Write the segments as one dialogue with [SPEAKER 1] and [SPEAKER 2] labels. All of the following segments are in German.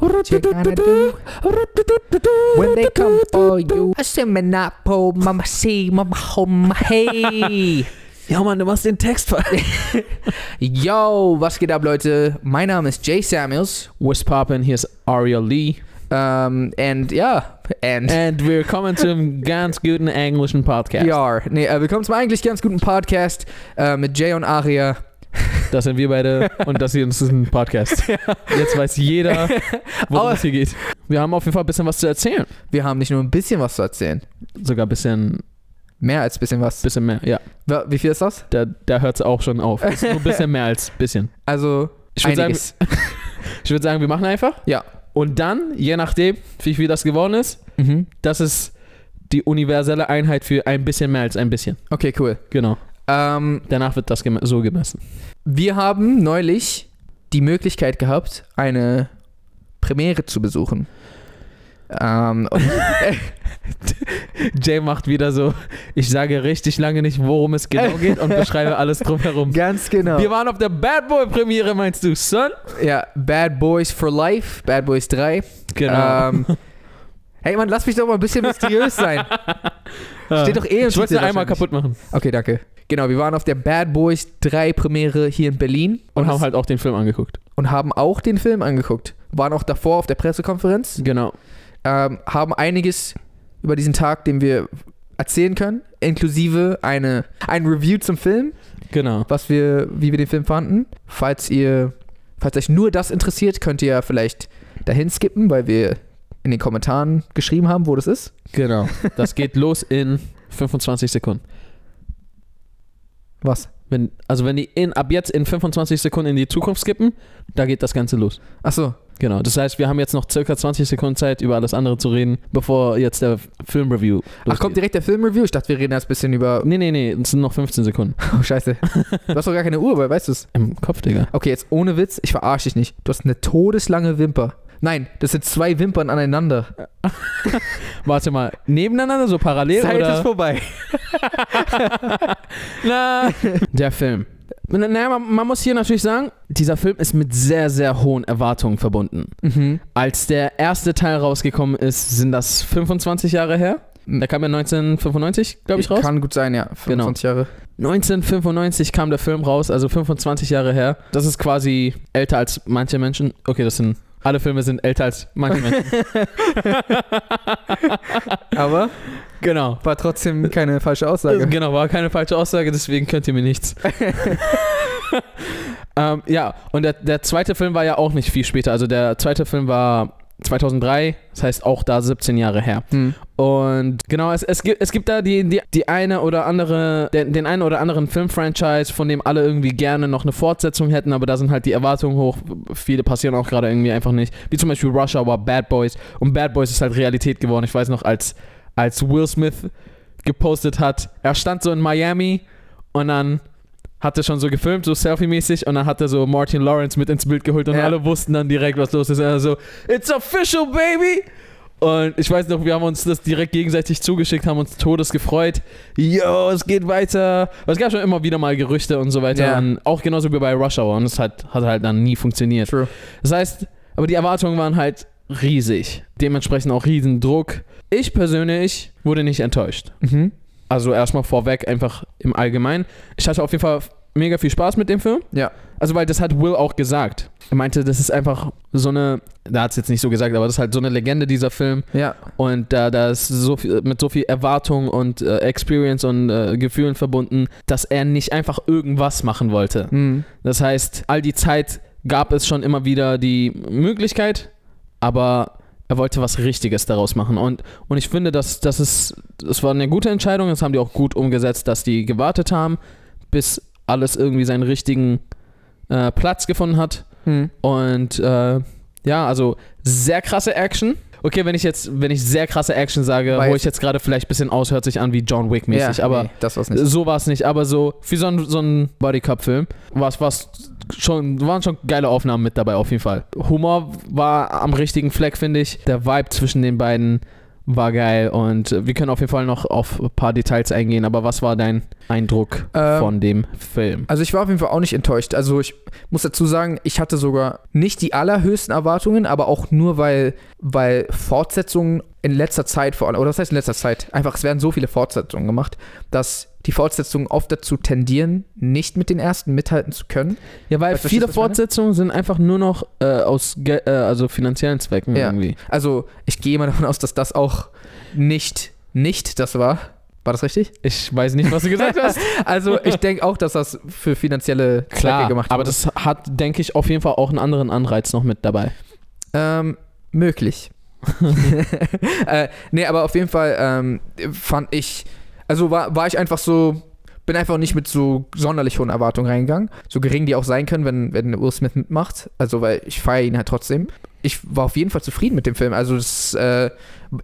[SPEAKER 1] What you gonna do when they come for you?
[SPEAKER 2] I say my napo, mama see, mama home, hey.
[SPEAKER 1] Ja, Mann, du machst den Text falsch.
[SPEAKER 2] Yo, was geht ab, Leute? Mein Name ist Jay Samuels.
[SPEAKER 1] What's poppin'? Hier ist Aria Lee.
[SPEAKER 2] Um, and ja, and.
[SPEAKER 1] And willkommen zum ganz guten englischen Podcast.
[SPEAKER 2] Ja, nee, äh, willkommen zum eigentlich ganz guten Podcast äh, mit Jay und Aria.
[SPEAKER 1] Das sind wir beide und das hier ist ein Podcast. Jetzt weiß jeder, worum
[SPEAKER 2] Aber-
[SPEAKER 1] es hier geht. Wir haben auf jeden Fall ein bisschen was zu erzählen.
[SPEAKER 2] Wir haben nicht nur ein bisschen was zu erzählen,
[SPEAKER 1] Sogar ein bisschen,
[SPEAKER 2] mehr als ein bisschen was.
[SPEAKER 1] bisschen mehr. Ja,
[SPEAKER 2] Wa- Wie viel ist das?
[SPEAKER 1] da, da hört es auch schon auf. Ist nur ein bisschen mehr als ein bisschen.
[SPEAKER 2] Also,
[SPEAKER 1] Ich würde sagen,
[SPEAKER 2] einiges.
[SPEAKER 1] ich würd sagen, wir machen einfach.
[SPEAKER 2] Ja.
[SPEAKER 1] Und dann, je nachdem, wie viel das geworden ist,
[SPEAKER 2] Mhm.
[SPEAKER 1] das ist die universelle Einheit für ein bisschen mehr als ein bisschen.
[SPEAKER 2] Okay, cool.
[SPEAKER 1] Genau.
[SPEAKER 2] Ähm,
[SPEAKER 1] Danach wird das gem so gemessen.
[SPEAKER 2] Wir haben neulich die Möglichkeit gehabt, eine Premiere zu besuchen. Ähm, und
[SPEAKER 1] Jay macht wieder so, ich sage richtig lange nicht, worum es genau geht und beschreibe alles drumherum.
[SPEAKER 2] ganz genau.
[SPEAKER 1] Wir waren auf der Bad Boy Premiere, meinst du, Son?
[SPEAKER 2] ja, Bad Boys for Life, Bad Boys 3.
[SPEAKER 1] Genau.
[SPEAKER 2] Ähm, hey Mann, lass mich doch mal ein bisschen mysteriös sein. Steht doch eh im
[SPEAKER 1] Ich
[SPEAKER 2] Titel
[SPEAKER 1] wollte es nur einmal
[SPEAKER 2] wahrscheinlich.
[SPEAKER 1] kaputt machen.
[SPEAKER 2] Okay, danke. Genau, wir waren auf der Bad Boys 3 Premiere hier in Berlin
[SPEAKER 1] Und haben
[SPEAKER 2] es-
[SPEAKER 1] halt auch den Film angeguckt.
[SPEAKER 2] und haben auch den Film angeguckt. Waren auch davor auf der Pressekonferenz.
[SPEAKER 1] Genau.
[SPEAKER 2] ähm, haben einiges über diesen Tag, den wir erzählen können, inklusive eine, ein Review zum Film,
[SPEAKER 1] Genau.
[SPEAKER 2] was wir, wie wir den Film fanden. Falls ihr, falls euch nur das interessiert, könnt ihr ja vielleicht dahin skippen, weil wir in den Kommentaren geschrieben haben, wo das ist.
[SPEAKER 1] Genau. Das geht los in 25 Sekunden.
[SPEAKER 2] Was?
[SPEAKER 1] Wenn, also wenn die in, ab jetzt in 25 Sekunden in die Zukunft skippen, da geht das Ganze los.
[SPEAKER 2] Achso,
[SPEAKER 1] Genau. Das heißt, wir haben jetzt noch circa 20 Sekunden Zeit, über alles andere zu reden, bevor jetzt der Filmreview
[SPEAKER 2] ach kommt
[SPEAKER 1] losgeht.
[SPEAKER 2] direkt der Filmreview? Ich dachte, wir reden erst ein bisschen über.
[SPEAKER 1] Nee, nee, nee, es sind noch 15 Sekunden.
[SPEAKER 2] Oh, scheiße. Du hast doch gar keine Uhr, weil weißt du es?
[SPEAKER 1] Im Kopf, Digga.
[SPEAKER 2] Okay, jetzt ohne Witz, ich verarsche dich nicht. Du hast eine todeslange Wimper. Nein, das sind zwei Wimpern aneinander.
[SPEAKER 1] Warte mal, nebeneinander, so parallel oder?
[SPEAKER 2] vorbei.
[SPEAKER 1] Na, der Film. Na- Naja, man, man muss hier natürlich sagen, dieser Film ist mit sehr, sehr hohen Erwartungen verbunden.
[SPEAKER 2] Mhm.
[SPEAKER 1] Als der erste Teil rausgekommen ist, sind das 25 Jahre her. Da kam er 1995, glaube ich, raus.
[SPEAKER 2] Kann gut sein, ja. 25 Jahre.
[SPEAKER 1] 1995 kam der Film raus, also 25 Jahre her. Das ist quasi älter als manche Menschen. Okay, das sind alle Filme sind älter als manche Menschen.
[SPEAKER 2] Aber
[SPEAKER 1] genau.
[SPEAKER 2] war trotzdem keine falsche Aussage.
[SPEAKER 1] Genau, war keine falsche Aussage, deswegen könnt ihr mir nichts. ähm, ja, und der, der zweite Film war ja auch nicht viel später. Also der zweite Film war 2003, das heißt auch da 17 Jahre her.
[SPEAKER 2] Hm.
[SPEAKER 1] Und genau, es, es, gibt, es gibt da die, die, die eine oder andere, den, den einen oder anderen Filmfranchise, von dem alle irgendwie gerne noch eine Fortsetzung hätten, aber da sind halt die Erwartungen hoch. Viele passieren auch gerade irgendwie einfach nicht. Wie zum Beispiel Rush Hour, Bad Boys. Und Bad Boys ist halt Realität geworden. Ich weiß noch, als, als Will Smith gepostet hat, er stand so in Miami und dann hat er schon so gefilmt, so Selfie-mäßig, und dann hat er so Martin Lawrence mit ins Bild geholt und
[SPEAKER 2] Ja.
[SPEAKER 1] alle wussten dann direkt, was los ist. Und er so, It's official, baby! Und ich weiß noch, wir haben uns das direkt gegenseitig zugeschickt, haben uns todes gefreut. Yo, es geht weiter. Aber es gab schon immer wieder mal Gerüchte und so weiter.
[SPEAKER 2] Ja.
[SPEAKER 1] Und auch genauso wie bei Rush Hour. Und es hat, hat halt dann nie funktioniert.
[SPEAKER 2] True.
[SPEAKER 1] Das heißt, aber die Erwartungen waren halt riesig. Dementsprechend auch riesen Druck. Ich persönlich wurde nicht enttäuscht.
[SPEAKER 2] Mhm.
[SPEAKER 1] Also erstmal vorweg, einfach im Allgemeinen. Ich hatte auf jeden Fall mega viel Spaß mit dem Film.
[SPEAKER 2] Ja.
[SPEAKER 1] Also, weil das hat Will auch gesagt. Er meinte, das ist einfach so eine, da hat es jetzt nicht so gesagt, aber das ist halt so eine Legende, dieser Film.
[SPEAKER 2] Ja.
[SPEAKER 1] Und da, da ist so viel, mit so viel Erwartung und äh, Experience und äh, Gefühlen verbunden, dass er nicht einfach irgendwas machen wollte.
[SPEAKER 2] Hm.
[SPEAKER 1] Das heißt, all die Zeit gab es schon immer wieder die Möglichkeit, aber er wollte was Richtiges daraus machen. Und, und ich finde, dass, dass es, das war eine gute Entscheidung. Das haben die auch gut umgesetzt, dass die gewartet haben, bis alles irgendwie seinen richtigen äh, Platz gefunden hat.
[SPEAKER 2] Hm.
[SPEAKER 1] Und äh, ja, also sehr krasse Action. Okay, wenn ich jetzt, wenn ich sehr krasse Action sage,
[SPEAKER 2] Weiß-
[SPEAKER 1] wo ich jetzt gerade vielleicht ein bisschen aus, hört sich an wie John Wick mäßig,
[SPEAKER 2] ja,
[SPEAKER 1] aber
[SPEAKER 2] nee, das war's nicht.
[SPEAKER 1] so war es nicht. Aber so für so einen so ein Bodycup-Film war's, war's schon, waren schon geile Aufnahmen mit dabei auf jeden Fall. Humor war am richtigen Fleck, finde ich. Der Vibe zwischen den beiden war geil und äh, wir können auf jeden Fall noch auf ein paar Details eingehen, aber was war dein Eindruck
[SPEAKER 2] Ähm,
[SPEAKER 1] von dem Film?
[SPEAKER 2] Also ich war auf jeden Fall auch nicht enttäuscht. Also ich muss dazu sagen, ich hatte sogar nicht die allerhöchsten Erwartungen, aber auch nur, weil, weil Fortsetzungen in letzter Zeit vor allem, oder was heißt in letzter Zeit? Einfach, es werden so viele Fortsetzungen gemacht, dass die Fortsetzungen oft dazu tendieren, nicht mit den ersten mithalten zu können.
[SPEAKER 1] Ja, weil
[SPEAKER 2] weißt du,
[SPEAKER 1] viele
[SPEAKER 2] verstehst du, was ich meine?
[SPEAKER 1] Fortsetzungen sind einfach nur noch äh, aus Gel- äh, also finanziellen Zwecken
[SPEAKER 2] Ja.
[SPEAKER 1] irgendwie.
[SPEAKER 2] Also ich gehe mal davon aus, dass das auch nicht, nicht das war. War das richtig?
[SPEAKER 1] Ich weiß nicht, was du gesagt hast.
[SPEAKER 2] Also ich denke auch, dass das für finanzielle Zwecke
[SPEAKER 1] Klar,
[SPEAKER 2] gemacht
[SPEAKER 1] aber
[SPEAKER 2] wurde.
[SPEAKER 1] das hat, denke ich, auf jeden Fall auch einen anderen Anreiz noch mit dabei.
[SPEAKER 2] Ähm, möglich. äh, nee, aber auf jeden Fall ähm, fand ich, also war, war ich einfach so, bin einfach nicht mit so sonderlich hohen Erwartungen reingegangen. So gering die auch sein können, wenn, wenn Will Smith mitmacht. Also, weil ich feiere ihn halt trotzdem. Ich war auf jeden Fall zufrieden mit dem Film. Also, das, äh,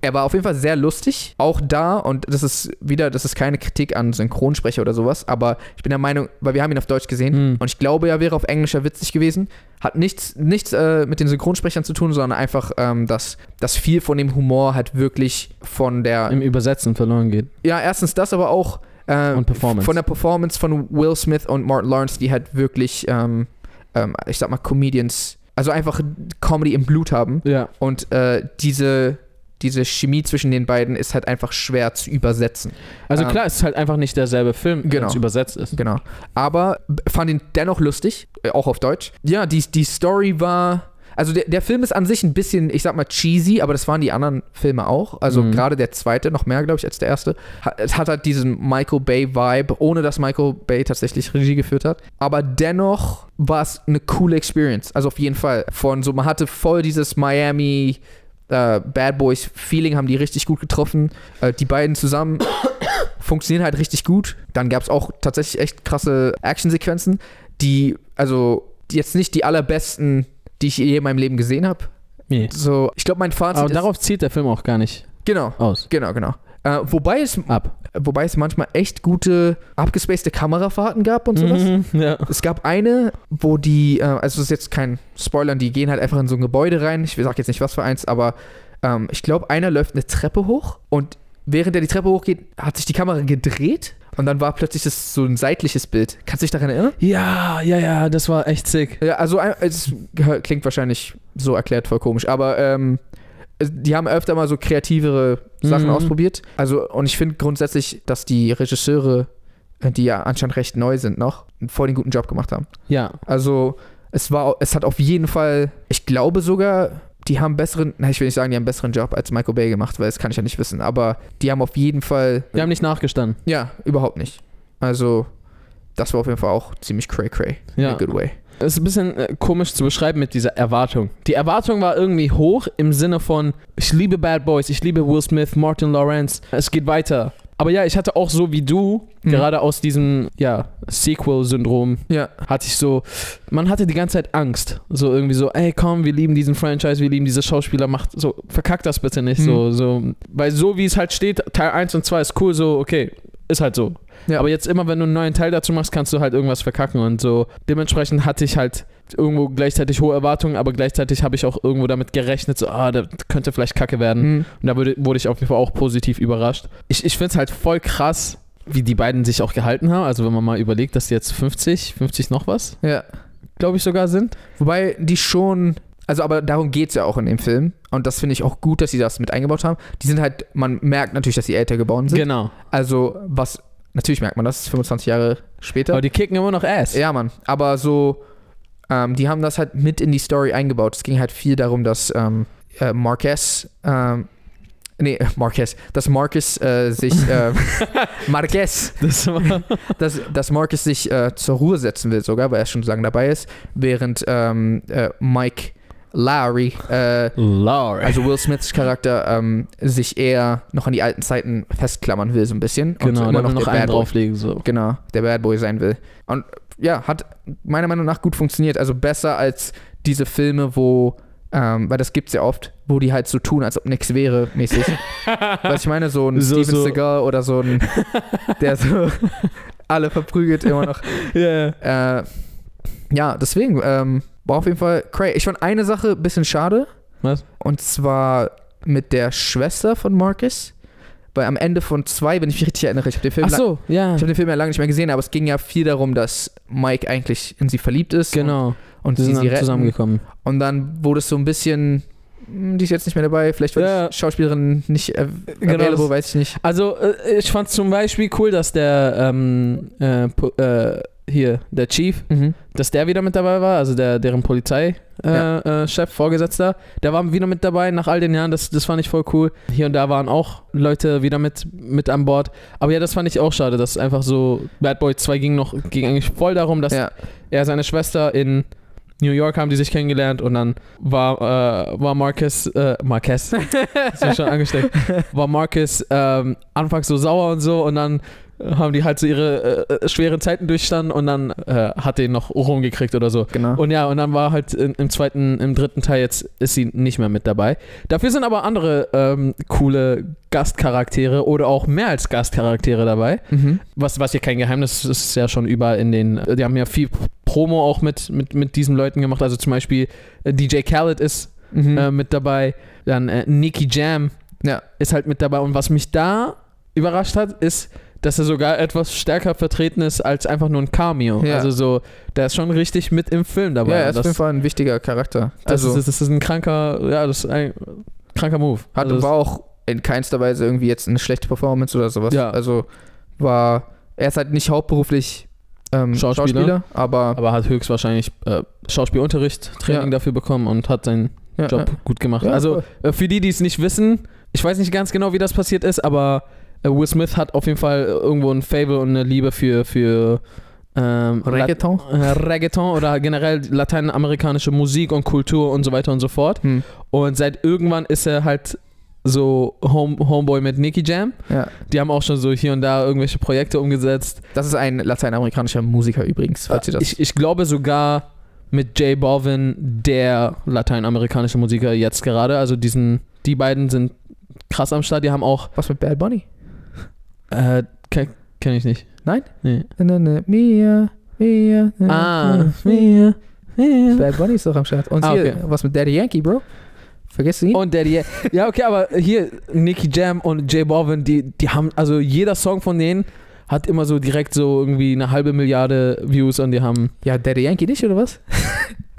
[SPEAKER 2] er war auf jeden Fall sehr lustig, auch da. Und das ist wieder, das ist keine Kritik an Synchronsprecher oder sowas. Aber ich bin der Meinung, weil wir haben ihn auf Deutsch gesehen.
[SPEAKER 1] Mhm.
[SPEAKER 2] Und ich glaube, er wäre auf Englisch ja witzig gewesen. Hat nichts, nichts äh, mit den Synchronsprechern zu tun, sondern einfach, ähm, dass, dass viel von dem Humor halt wirklich von der.
[SPEAKER 1] Im Übersetzen verloren geht.
[SPEAKER 2] ja, erstens das, aber auch äh,
[SPEAKER 1] Und Performance.
[SPEAKER 2] von der Performance von Will Smith und Martin Lawrence, die halt wirklich, ähm, ähm, ich sag mal, Comedians, also einfach Comedy im Blut haben.
[SPEAKER 1] Ja.
[SPEAKER 2] Und äh, diese, diese Chemie zwischen den beiden ist halt einfach schwer zu übersetzen.
[SPEAKER 1] Also
[SPEAKER 2] Ähm,
[SPEAKER 1] klar, es ist halt einfach nicht derselbe Film, wenn
[SPEAKER 2] genau.
[SPEAKER 1] es übersetzt ist.
[SPEAKER 2] Genau. Aber b- fand ihn dennoch lustig, äh, auch auf Deutsch. Ja, die, die Story war. Also der, der Film ist an sich ein bisschen, ich sag mal, cheesy, aber das waren die anderen Filme auch. Also
[SPEAKER 1] Mhm.
[SPEAKER 2] gerade der zweite, noch mehr, glaube ich, als der erste. Hat, es hat halt diesen Michael Bay-Vibe, ohne dass Michael Bay tatsächlich Regie geführt hat. Aber dennoch war es eine coole Experience. Also auf jeden Fall. Von so, man hatte voll dieses Miami äh, Bad Boys Feeling, haben die richtig gut getroffen. Äh, die beiden zusammen funktionieren halt richtig gut. Dann gab es auch tatsächlich echt krasse Actionsequenzen, die, also jetzt nicht die allerbesten, die ich je in meinem Leben gesehen habe.
[SPEAKER 1] Nee.
[SPEAKER 2] So, ich glaube, mein Fazit
[SPEAKER 1] Aber
[SPEAKER 2] ist,
[SPEAKER 1] darauf zielt der Film auch gar nicht
[SPEAKER 2] Genau,
[SPEAKER 1] aus.
[SPEAKER 2] genau, genau. Äh, wobei, es,
[SPEAKER 1] Ab.
[SPEAKER 2] wobei es manchmal echt gute, abgespacede Kamerafahrten gab und sowas.
[SPEAKER 1] Mhm, ja.
[SPEAKER 2] Es gab eine, wo die, äh, also es ist jetzt kein Spoilern, die gehen halt einfach in so ein Gebäude rein. Ich sag jetzt nicht was für eins, aber ähm, ich glaube, einer läuft eine Treppe hoch und während er die Treppe hochgeht, hat sich die Kamera gedreht und dann war plötzlich das so ein seitliches Bild. Kannst du dich daran erinnern?
[SPEAKER 1] ja, ja, ja, das war echt sick.
[SPEAKER 2] Ja, also ein- es gehör- klingt wahrscheinlich so erklärt voll komisch, aber ähm, es- die haben öfter mal so kreativere Sachen
[SPEAKER 1] Mhm.
[SPEAKER 2] ausprobiert. Also, und ich finde grundsätzlich, dass die Regisseure, äh, die ja anscheinend recht neu sind noch, voll den guten Job gemacht haben.
[SPEAKER 1] Ja.
[SPEAKER 2] Also es war, es hat auf jeden Fall, ich glaube sogar, die haben besseren, na, ich will nicht sagen, die haben besseren Job als Michael Bay gemacht, weil das kann ich ja nicht wissen, aber die haben auf jeden Fall,
[SPEAKER 1] Wir haben nicht nachgestanden.
[SPEAKER 2] ja, überhaupt nicht. Also das war auf jeden Fall auch ziemlich cray cray in
[SPEAKER 1] Ja.
[SPEAKER 2] a good way.
[SPEAKER 1] Es ist ein bisschen äh, komisch zu beschreiben mit dieser Erwartung. Die Erwartung war irgendwie hoch im Sinne von, ich liebe Bad Boys, ich liebe Will Smith, Martin Lawrence, es geht weiter. Aber ja, ich hatte auch so wie du,
[SPEAKER 2] Mhm.
[SPEAKER 1] gerade aus diesem ja, Sequel-Syndrom,
[SPEAKER 2] Ja,
[SPEAKER 1] hatte ich so, man hatte die ganze Zeit Angst. So irgendwie so, ey komm, wir lieben diesen Franchise, wir lieben diese Schauspieler, macht so, verkackt das bitte nicht.
[SPEAKER 2] Hm.
[SPEAKER 1] So, so, weil so wie es halt steht, Teil 1 und 2 ist cool, so, okay, ist halt so.
[SPEAKER 2] Ja.
[SPEAKER 1] Aber jetzt immer, wenn du einen neuen Teil dazu machst, kannst du halt irgendwas verkacken und so. Dementsprechend hatte ich halt irgendwo gleichzeitig hohe Erwartungen, aber gleichzeitig habe ich auch irgendwo damit gerechnet, so, ah, das könnte vielleicht kacke werden.
[SPEAKER 2] mhm.
[SPEAKER 1] Und da wurde, wurde ich auf jeden Fall auch positiv überrascht. Ich, ich finde es halt voll krass, wie die beiden sich auch gehalten haben. Also wenn man mal überlegt, dass die jetzt 50, 50 noch was,
[SPEAKER 2] ja.
[SPEAKER 1] glaube ich sogar sind.
[SPEAKER 2] Wobei die schon, also aber darum geht es ja auch in dem Film und das finde ich auch gut, dass sie das mit eingebaut haben. Die sind halt, man merkt natürlich, dass sie älter geworden sind.
[SPEAKER 1] Genau.
[SPEAKER 2] Also was, natürlich merkt man das, 25 Jahre später.
[SPEAKER 1] Aber die kicken immer noch Ass.
[SPEAKER 2] Ja, Mann. Aber so, ähm, die haben das halt mit in die Story eingebaut. Es ging halt viel darum, dass ähm, äh, Marquez, ähm, nee, äh, Marquez, dass Marcus äh, sich, äh, Marquez,
[SPEAKER 1] Das war,
[SPEAKER 2] dass, dass Marcus sich äh, zur Ruhe setzen will sogar, weil er schon so lange dabei ist, während ähm, äh, Mike Lowry, äh,
[SPEAKER 1] Lowry.
[SPEAKER 2] also Will Smiths Charakter, ähm, sich eher noch an die alten Zeiten festklammern will so ein bisschen.
[SPEAKER 1] genau,
[SPEAKER 2] und
[SPEAKER 1] da
[SPEAKER 2] immer
[SPEAKER 1] noch, noch
[SPEAKER 2] der
[SPEAKER 1] einen
[SPEAKER 2] Bad Boy
[SPEAKER 1] drauflegen. So.
[SPEAKER 2] genau, der Bad Boy sein will. Und ja, hat meiner Meinung nach gut funktioniert. Also besser als diese Filme, wo, ähm, weil das gibt's ja oft, wo die halt so tun, als ob nichts wäre, mäßig. Was ich meine, so ein
[SPEAKER 1] So-
[SPEAKER 2] Steven
[SPEAKER 1] so-
[SPEAKER 2] Seagal oder so ein, der so alle verprügelt immer noch.
[SPEAKER 1] Ja.
[SPEAKER 2] Äh, ja, deswegen ähm, war auf jeden Fall cray. Ich fand eine Sache ein bisschen schade.
[SPEAKER 1] Was?
[SPEAKER 2] Und zwar mit der Schwester von Marcus. Weil am Ende von zwei, wenn ich mich richtig erinnere, ich habe den Film
[SPEAKER 1] Ach
[SPEAKER 2] lang-
[SPEAKER 1] so, ja.
[SPEAKER 2] ich hab den Film ja lange nicht mehr gesehen, aber es ging ja viel darum, dass Mike eigentlich in sie verliebt ist
[SPEAKER 1] Genau.
[SPEAKER 2] und, und
[SPEAKER 1] Sie
[SPEAKER 2] sie
[SPEAKER 1] sind
[SPEAKER 2] sie
[SPEAKER 1] dann
[SPEAKER 2] retten.
[SPEAKER 1] zusammengekommen.
[SPEAKER 2] Und dann wurde es so ein bisschen, hm, die ist jetzt nicht mehr dabei, vielleicht wird
[SPEAKER 1] Ja.
[SPEAKER 2] die Schauspielerin nicht äh,
[SPEAKER 1] Genau,
[SPEAKER 2] available,
[SPEAKER 1] das-
[SPEAKER 2] weiß ich nicht.
[SPEAKER 1] Also, äh, ich fand zum Beispiel cool, dass der, ähm, äh, po- äh, hier, der Chief, dass der wieder mit dabei war, also der, deren Polizeichef, äh, äh, Chef, Vorgesetzter, der war wieder mit dabei nach all den Jahren, das, das fand ich voll cool. Hier und da waren auch Leute wieder mit, mit an Bord. Aber ja, das fand ich auch schade, dass einfach so Bad Boy 2 ging noch, ging eigentlich voll darum, dass
[SPEAKER 2] Ja.
[SPEAKER 1] er seine Schwester in New York haben die sich kennengelernt und dann war, äh, war Marcus, äh, Marquez, ist mir schon angesteckt, war Marcus ähm, anfangs so sauer und so und dann haben die halt so ihre äh, äh, schweren Zeiten durchstanden und dann äh, hat den noch rumgekriegt oder so.
[SPEAKER 2] Genau.
[SPEAKER 1] Und ja, und dann war halt in, im zweiten, im dritten Teil jetzt ist sie nicht mehr mit dabei. Dafür sind aber andere ähm, coole Gastcharaktere oder auch mehr als Gastcharaktere dabei
[SPEAKER 2] mhm.
[SPEAKER 1] was, was ja kein Geheimnis ist, ist ja schon überall in den. Die haben ja viel Promo auch mit, mit, mit diesen Leuten gemacht. Also zum Beispiel äh, DJ Khaled ist
[SPEAKER 2] Mhm.
[SPEAKER 1] äh, mit dabei, dann äh, Nicky Jam
[SPEAKER 2] Ja.
[SPEAKER 1] ist halt mit dabei. Und was mich da überrascht hat, ist, dass er sogar etwas stärker vertreten ist als einfach nur ein Cameo.
[SPEAKER 2] Ja.
[SPEAKER 1] Also so, der ist schon richtig mit im Film dabei.
[SPEAKER 2] ja, er ist
[SPEAKER 1] das,
[SPEAKER 2] auf jeden Fall ein wichtiger Charakter.
[SPEAKER 1] das,
[SPEAKER 2] also
[SPEAKER 1] ist, das ist ein kranker, ja, das ist ein kranker Move.
[SPEAKER 2] hat
[SPEAKER 1] also,
[SPEAKER 2] war auch in keinster Weise irgendwie jetzt eine schlechte Performance oder sowas.
[SPEAKER 1] Ja.
[SPEAKER 2] Also war er ist halt nicht hauptberuflich ähm,
[SPEAKER 1] Schauspieler.
[SPEAKER 2] Schauspieler. aber
[SPEAKER 1] aber hat höchstwahrscheinlich äh, Schauspielunterricht, Training
[SPEAKER 2] Ja.
[SPEAKER 1] dafür bekommen und hat seinen
[SPEAKER 2] ja,
[SPEAKER 1] Job gut gemacht.
[SPEAKER 2] Ja,
[SPEAKER 1] also
[SPEAKER 2] voll.
[SPEAKER 1] äh, für die, die es nicht wissen, ich weiß nicht ganz genau, wie das passiert ist, aber äh, Will Smith hat auf jeden Fall irgendwo ein Fable und eine Liebe für, für ähm,
[SPEAKER 2] ja. Reggaeton.
[SPEAKER 1] Lat- äh, Reggaeton oder generell lateinamerikanische Musik und Kultur und so weiter und so fort.
[SPEAKER 2] Hm.
[SPEAKER 1] Und seit irgendwann ist er halt so Home, Homeboy mit Nicky Jam.
[SPEAKER 2] Ja.
[SPEAKER 1] Die haben auch schon so hier und da irgendwelche Projekte umgesetzt.
[SPEAKER 2] Das ist ein lateinamerikanischer Musiker übrigens, falls ihr das.
[SPEAKER 1] Ah, Ich, ich glaube sogar mit J Balvin, der lateinamerikanische Musiker jetzt gerade. Also diesen, die beiden sind krass am Start. Die haben auch,
[SPEAKER 2] was mit Bad Bunny?
[SPEAKER 1] äh, kenne kenn ich nicht.
[SPEAKER 2] Nein?
[SPEAKER 1] Nee.
[SPEAKER 2] Na, na, na, Mia, Mia, na,
[SPEAKER 1] Ah.
[SPEAKER 2] na,
[SPEAKER 1] Mia, Mia.
[SPEAKER 2] Bad Bunny ist doch am Start. Und
[SPEAKER 1] Ah,
[SPEAKER 2] hier,
[SPEAKER 1] okay.
[SPEAKER 2] was mit Daddy Yankee, Bro? Vergiss ihn.
[SPEAKER 1] Und Daddy. Ja, okay, aber hier, Nicky Jam und J Balvin, die, die haben, also jeder Song von denen hat immer so direkt so irgendwie eine halbe Milliarde Views und die haben
[SPEAKER 2] ja, Daddy Yankee nicht, oder was?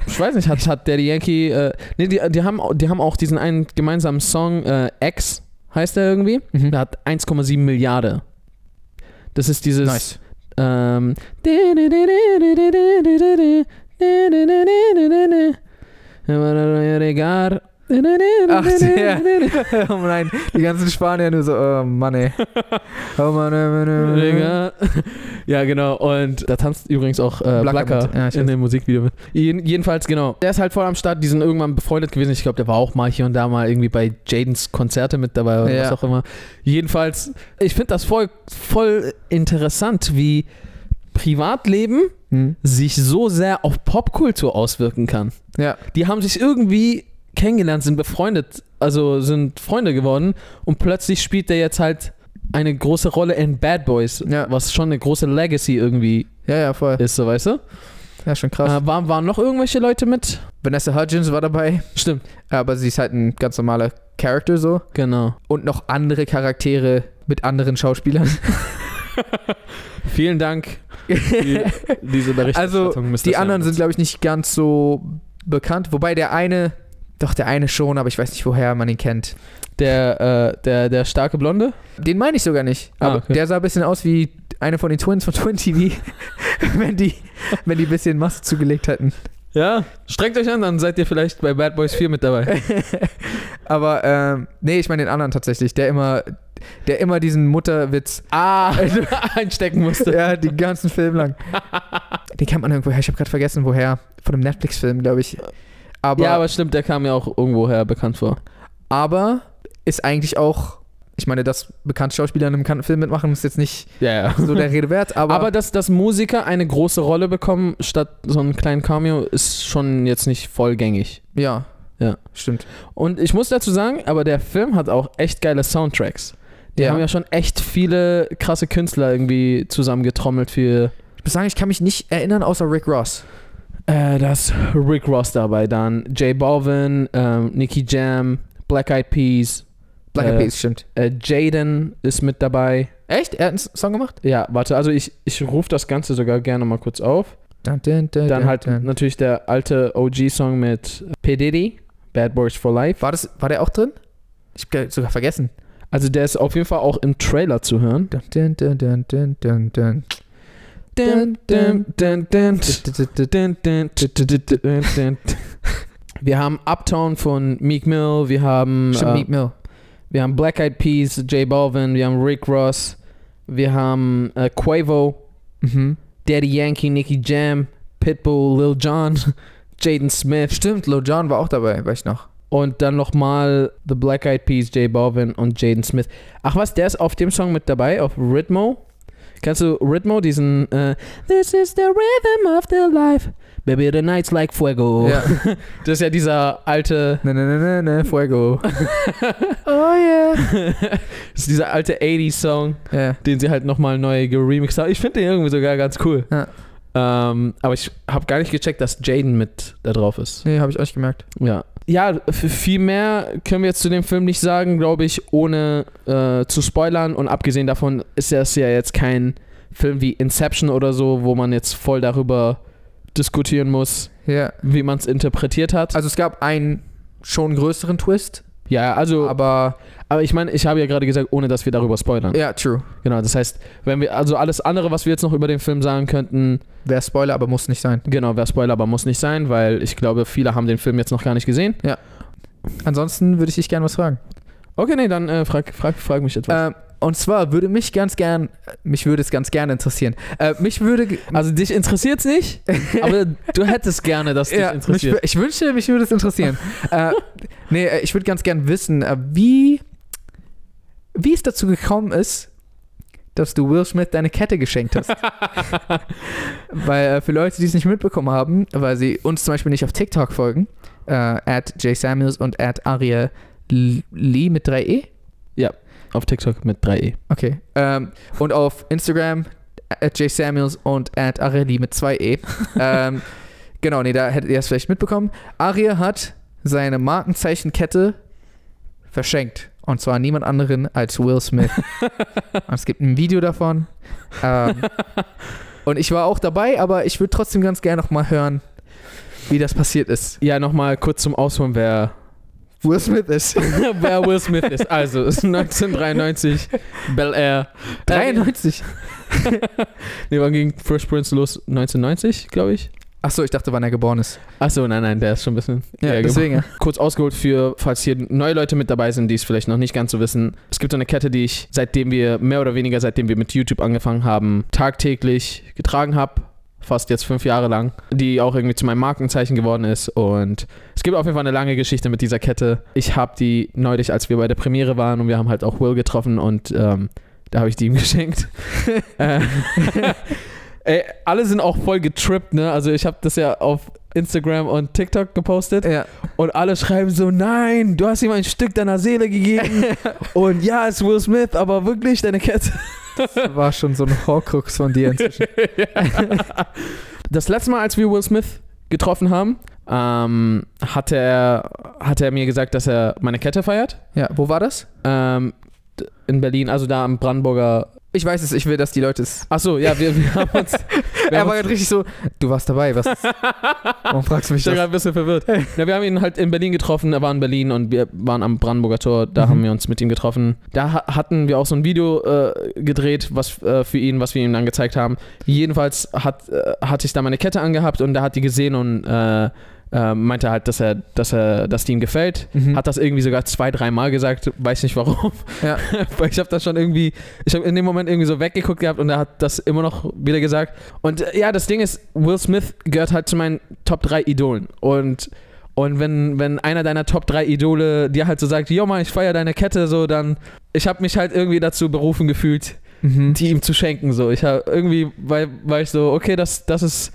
[SPEAKER 1] Ich weiß nicht, hat, hat Daddy Yankee. Äh, nee, die, die, haben, au- die haben auch diesen einen gemeinsamen Song, äh, X heißt der irgendwie.
[SPEAKER 2] Mhm.
[SPEAKER 1] Der hat 1,7 Milliarden. Das ist dieses.
[SPEAKER 2] Nice.
[SPEAKER 1] Ähm,
[SPEAKER 2] Ach, der. oh nein, die ganzen Spanier nur so, oh Mann, ey. Oh Mann, ey, Mann, ey, Mann, ey.
[SPEAKER 1] Digga. Ja, genau. Und da tanzt übrigens auch äh,
[SPEAKER 2] Blacker
[SPEAKER 1] Blacker
[SPEAKER 2] mit. Ja, ich
[SPEAKER 1] in
[SPEAKER 2] weiß.
[SPEAKER 1] dem Musikvideo mit. Jeden, jedenfalls, genau. Der ist halt voll am Start. Die sind irgendwann befreundet gewesen. Ich glaube, der war auch mal hier und da mal irgendwie bei Jadens Konzerte mit dabei oder
[SPEAKER 2] Ja.
[SPEAKER 1] was auch immer. Jedenfalls, ich finde das voll, voll interessant, wie Privatleben
[SPEAKER 2] Hm.
[SPEAKER 1] sich so sehr auf Popkultur auswirken kann.
[SPEAKER 2] Ja.
[SPEAKER 1] Die haben sich irgendwie kennengelernt, sind befreundet, also sind Freunde geworden und plötzlich spielt der jetzt halt eine große Rolle in Bad Boys,
[SPEAKER 2] Ja.
[SPEAKER 1] was schon eine große Legacy irgendwie
[SPEAKER 2] ja, ja, voll.
[SPEAKER 1] ist, so weißt du.
[SPEAKER 2] Ja, Ah. schon krass.
[SPEAKER 1] Äh, waren, waren noch irgendwelche Leute mit?
[SPEAKER 2] Vanessa Hudgens war dabei,
[SPEAKER 1] Stimmt,
[SPEAKER 2] aber sie ist halt ein ganz normaler Charakter so.
[SPEAKER 1] genau.
[SPEAKER 2] Und noch andere Charaktere mit anderen Schauspielern.
[SPEAKER 1] Vielen Dank für diese Berichterstattung. Mr.
[SPEAKER 2] Also, Die anderen
[SPEAKER 1] Sanders.
[SPEAKER 2] sind, glaube ich, nicht ganz so bekannt. Wobei der eine, doch der eine schon, aber ich weiß nicht, woher man ihn kennt.
[SPEAKER 1] der, äh, der, der starke Blonde?
[SPEAKER 2] Den meine ich sogar nicht.
[SPEAKER 1] Ah,
[SPEAKER 2] Aber
[SPEAKER 1] okay.
[SPEAKER 2] der sah ein bisschen aus wie eine von den Twins von Twin TV, wenn die, wenn die ein bisschen Masse zugelegt hätten.
[SPEAKER 1] Ja, streckt euch an, dann seid ihr vielleicht bei Bad Boys 4 mit dabei.
[SPEAKER 2] Aber ähm, nee, ich meine den anderen tatsächlich, der immer, der immer diesen Mutterwitz
[SPEAKER 1] ah, einstecken musste.
[SPEAKER 2] ja, den ganzen Film lang. Den kennt man irgendwoher. Ich habe gerade vergessen, woher. Von einem Netflix-Film, glaube ich. Aber,
[SPEAKER 1] ja,
[SPEAKER 2] aber,
[SPEAKER 1] aber stimmt, der kam ja auch irgendwoher bekannt vor.
[SPEAKER 2] ist eigentlich auch, ich meine, dass bekannte Schauspieler in einem bekannten Film mitmachen, ist jetzt nicht
[SPEAKER 1] Ja, ja.
[SPEAKER 2] so der Rede wert, aber,
[SPEAKER 1] Aber, dass, dass Musiker eine große Rolle bekommen statt so einen kleinen Cameo, ist schon jetzt nicht vollgängig.
[SPEAKER 2] ja.
[SPEAKER 1] Ja.
[SPEAKER 2] Stimmt.
[SPEAKER 1] Und ich muss dazu sagen, aber der Film hat auch echt geile Soundtracks. Die
[SPEAKER 2] Ja.
[SPEAKER 1] haben ja schon echt viele krasse Künstler irgendwie zusammengetrommelt für.
[SPEAKER 2] Ich muss sagen, ich kann mich nicht erinnern, außer Rick Ross.
[SPEAKER 1] Äh, das Rick Ross dabei, dann J Balvin, ähm, Nicky Jam, Black Eyed Peas,
[SPEAKER 2] Black
[SPEAKER 1] Äh,
[SPEAKER 2] Eyed Peas, stimmt.
[SPEAKER 1] äh, Jaden ist mit dabei.
[SPEAKER 2] Echt? Er hat einen S- Song gemacht?
[SPEAKER 1] Ja, warte, also ich, ich rufe das Ganze sogar gerne mal kurz auf.
[SPEAKER 2] Dun, dun, dun,
[SPEAKER 1] Dann
[SPEAKER 2] dun,
[SPEAKER 1] halt
[SPEAKER 2] dun.
[SPEAKER 1] natürlich der alte OG-Song mit P. Diddy, Bad Boys for Life.
[SPEAKER 2] War, das, war der auch drin? Ich hab ge- sogar vergessen.
[SPEAKER 1] Also der ist auf jeden Fall auch im Trailer zu hören.
[SPEAKER 2] Dun, dun, dun, dun, dun, dun, dun.
[SPEAKER 1] Dun, dun,
[SPEAKER 2] Dun, dun,
[SPEAKER 1] dun, dun.
[SPEAKER 2] dun,
[SPEAKER 1] Dun, dun, dun, dun, dun, dun, dun. Wir haben Uptown von Meek Mill, wir haben,
[SPEAKER 2] dun. Stimmt,
[SPEAKER 1] äh,
[SPEAKER 2] Meat Mill.
[SPEAKER 1] wir haben Black Eyed Peas, J Balvin, wir haben Rick Ross, wir haben äh, Quavo,
[SPEAKER 2] Mhm.
[SPEAKER 1] Daddy Yankee, Nicky Jam, Pitbull, Lil Jon, Jaden Smith
[SPEAKER 2] Stimmt, Lil Jon war auch dabei, weiß ich noch.
[SPEAKER 1] und dann nochmal The Black Eyed Peas, J Balvin und Jaden Smith. Ach was, der ist auf dem Song mit dabei, auf Rhythmo. Kennst du Rhythmo, diesen äh, This is the rhythm of the life, baby the night's like fuego.
[SPEAKER 2] Ja.
[SPEAKER 1] Das ist ja dieser alte,
[SPEAKER 2] Oh. Ne, ne, ne, ne, ne, Fuego. oh yeah.
[SPEAKER 1] das ist dieser alte 80s-Song,
[SPEAKER 2] Ja.
[SPEAKER 1] den sie halt nochmal neu geremixed haben. Ich finde den irgendwie sogar ganz cool.
[SPEAKER 2] Ja.
[SPEAKER 1] Ähm, aber ich habe gar nicht gecheckt, dass Jaden mit da drauf ist.
[SPEAKER 2] Nee, habe ich euch gemerkt.
[SPEAKER 1] Ja. Ja, f- viel mehr können wir jetzt zu dem Film nicht sagen, glaube ich, ohne äh, zu spoilern. Und abgesehen davon ist das ja jetzt kein Film wie Inception oder so, wo man jetzt voll darüber diskutieren muss,
[SPEAKER 2] Ja.
[SPEAKER 1] wie man es interpretiert hat.
[SPEAKER 2] Also es gab einen schon größeren Twist,
[SPEAKER 1] ja, also, aber,
[SPEAKER 2] aber
[SPEAKER 1] ich meine, ich habe ja gerade gesagt, ohne dass wir darüber spoilern.
[SPEAKER 2] ja, true.
[SPEAKER 1] Genau, das heißt, wenn wir, also alles andere, was wir jetzt noch über den Film sagen könnten,
[SPEAKER 2] Wäre Spoiler, aber muss nicht sein.
[SPEAKER 1] genau, wäre Spoiler, aber muss nicht sein, weil ich glaube, viele haben den Film jetzt noch gar nicht gesehen.
[SPEAKER 2] Ansonsten würde ich dich gerne was fragen.
[SPEAKER 1] Okay, nee, dann äh, frag, frag, frag mich etwas.
[SPEAKER 2] Ähm, und zwar würde mich ganz gern, mich würde es ganz gerne interessieren. Äh, mich würde, ge-
[SPEAKER 1] also dich interessiert's nicht, aber du hättest gerne, dass dich
[SPEAKER 2] ja, mich, wü-
[SPEAKER 1] interessiert.
[SPEAKER 2] ich wünschte, mich würde es interessieren. äh, nee, äh, ich würde ganz gern wissen, äh, wie, wie es dazu gekommen ist, dass du Will Smith deine Kette geschenkt hast. weil äh, für Leute, die es nicht mitbekommen haben, weil sie uns zum Beispiel nicht auf TikTok folgen, äh, at J. Samuels und at Aria L- Lee mit E. 3e.
[SPEAKER 1] Auf TikTok mit E. 3e.
[SPEAKER 2] Okay. Ähm, und auf Instagram at J. Samuels und at Areli mit 2e. ähm, genau, nee, da hättet ihr es vielleicht mitbekommen. Aria hat seine Markenzeichenkette verschenkt. Und zwar niemand anderen als Will Smith. und es gibt ein Video davon. Ähm, und ich war auch dabei, aber ich würde trotzdem ganz gerne nochmal hören, wie das passiert ist.
[SPEAKER 1] Ja, nochmal kurz zum Ausholen, wer,
[SPEAKER 2] Will Smith ist.
[SPEAKER 1] wer Will Smith ist. Also, es ist 1993, Bel Air.
[SPEAKER 2] 93.
[SPEAKER 1] Nee, wann ging Fresh Prince los? 1990, glaube ich.
[SPEAKER 2] Achso, ich dachte, wann er geboren ist.
[SPEAKER 1] Achso, nein, nein, der ist schon ein bisschen.
[SPEAKER 2] Ja,
[SPEAKER 1] eher
[SPEAKER 2] deswegen. ja.
[SPEAKER 1] kurz ausgeholt für, falls hier neue Leute mit dabei sind, die es vielleicht noch nicht ganz so wissen. Es gibt so eine Kette, die ich seitdem wir, mehr oder weniger seitdem wir mit YouTube angefangen haben, tagtäglich getragen habe. Fast jetzt fünf Jahre lang, die auch irgendwie zu meinem Markenzeichen geworden ist. Und es gibt auf jeden Fall eine lange Geschichte mit dieser Kette. Ich habe die neulich, als wir bei der Premiere waren und wir haben halt auch Will getroffen und ähm, da habe ich die ihm geschenkt. Äh, Ey, alle sind auch voll getrippt, ne? Also ich habe das ja auf Instagram und TikTok gepostet.
[SPEAKER 2] Ja.
[SPEAKER 1] Und alle schreiben so, nein, du hast ihm ein Stück deiner Seele gegeben. Und ja, es ist Will Smith, aber wirklich deine Kette.
[SPEAKER 2] War schon so ein Horcrux von dir inzwischen.
[SPEAKER 1] Das letzte Mal, als wir Will Smith getroffen haben, ähm, hatte, er, hatte er mir gesagt, dass er meine Kette feiert.
[SPEAKER 2] ja, wo war das?
[SPEAKER 1] Ähm, d- in Berlin, also da am Brandenburger.
[SPEAKER 2] Ich weiß es, ich will, dass die Leute es.
[SPEAKER 1] Achso, ja, wir, wir haben uns. Wir
[SPEAKER 2] Er
[SPEAKER 1] haben
[SPEAKER 2] war
[SPEAKER 1] uns
[SPEAKER 2] gerade richtig so, du warst dabei, was ist? Warum fragst du mich
[SPEAKER 1] ich bin
[SPEAKER 2] das?
[SPEAKER 1] gerade ein bisschen verwirrt. Na, wir haben ihn halt in Berlin getroffen, er war in Berlin und wir waren am Brandenburger Tor, da
[SPEAKER 2] Mhm.
[SPEAKER 1] haben wir uns mit ihm getroffen. Da ha hatten wir auch so ein Video äh, gedreht, was äh, für ihn, was wir ihm dann gezeigt haben. Jedenfalls hat, äh, hatte ich da meine Kette angehabt und da hat die gesehen und äh, äh, meinte halt, dass er, dass er, dass die ihm gefällt.
[SPEAKER 2] Mhm.
[SPEAKER 1] Hat das irgendwie sogar zwei, dreimal gesagt, weiß nicht warum.
[SPEAKER 2] Ja.
[SPEAKER 1] Weil ich habe das schon irgendwie, ich habe in dem Moment irgendwie so weggeguckt gehabt und er hat das immer noch wieder gesagt. Und äh, ja, das Ding ist, Will Smith gehört halt zu meinen Top 3 Idolen. Und, und wenn, wenn einer deiner Top 3 Idole dir halt so sagt, yo Mann, ich feiere deine Kette, so dann, ich habe mich halt irgendwie dazu berufen gefühlt,
[SPEAKER 2] Mhm.
[SPEAKER 1] die ihm zu schenken. So, ich habe irgendwie, weil, weil ich so, okay, das, das ist.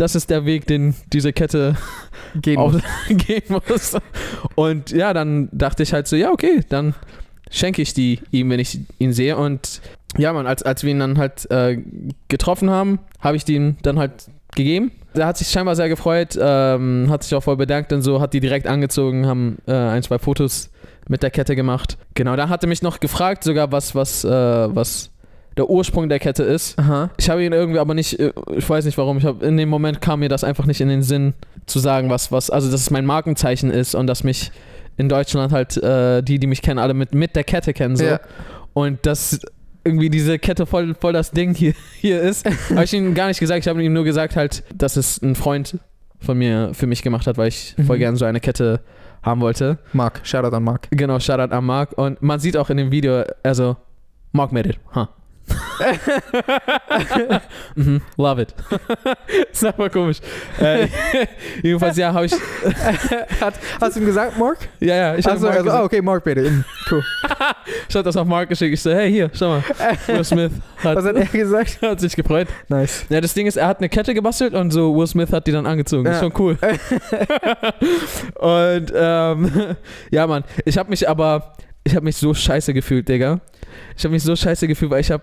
[SPEAKER 1] Das ist der Weg, den diese Kette
[SPEAKER 2] Gehen.
[SPEAKER 1] auf, gehen muss. Und ja, dann dachte ich halt so, ja, okay, dann schenke ich die ihm, wenn ich ihn sehe. Und ja, man, als, als wir ihn dann halt äh, getroffen haben, habe ich den dann halt gegeben. Er hat sich scheinbar sehr gefreut, ähm, hat sich auch voll bedankt und so, hat die direkt angezogen, haben äh, ein, zwei Fotos mit der Kette gemacht. Genau, da hatte mich noch gefragt sogar, was, was, äh, was der Ursprung der Kette ist.
[SPEAKER 2] Aha.
[SPEAKER 1] Ich habe ihn irgendwie aber nicht, äh, ich weiß nicht warum, ich habe in dem Moment kam mir das einfach nicht in den Sinn zu sagen, was, was, also dass es mein Markenzeichen ist und dass mich in Deutschland halt äh, die, die mich kennen, alle mit, mit der Kette kennen so.
[SPEAKER 2] Ja.
[SPEAKER 1] Und dass irgendwie diese Kette voll, voll das Ding hier, hier ist. habe ich ihm gar nicht gesagt, ich habe ihm nur gesagt halt, dass es ein Freund von mir für mich gemacht hat, weil ich
[SPEAKER 2] Mhm.
[SPEAKER 1] voll gerne so eine Kette haben wollte.
[SPEAKER 2] Mark, Shoutout an Mark.
[SPEAKER 1] Genau, Shoutout an Marc. Und man sieht auch in dem Video, also, Marc made it, huh? mhm, love it. ist aber komisch. Äh, jedenfalls, ja, habe ich.
[SPEAKER 2] Hast du ihm gesagt, Mark?
[SPEAKER 1] Ja, ja, ich habe
[SPEAKER 2] Also,
[SPEAKER 1] Marc
[SPEAKER 2] also, oh.
[SPEAKER 1] gesagt-
[SPEAKER 2] ah, okay, Mark bitte. Mhm, Cool.
[SPEAKER 1] ich hab das auf Marc geschickt. Ich so, hey, hier, schau mal. Will Smith
[SPEAKER 2] Was hat
[SPEAKER 1] hat,
[SPEAKER 2] er gesagt?
[SPEAKER 1] hat sich gefreut.
[SPEAKER 2] Nice.
[SPEAKER 1] Ja, das Ding ist, er hat eine Kette gebastelt und so Will Smith hat die dann angezogen. Ist
[SPEAKER 2] Ja.
[SPEAKER 1] schon cool. und ähm, ja, Mann, ich habe mich aber, ich habe mich so scheiße gefühlt, Digga. Ich habe mich so scheiße gefühlt, weil ich habe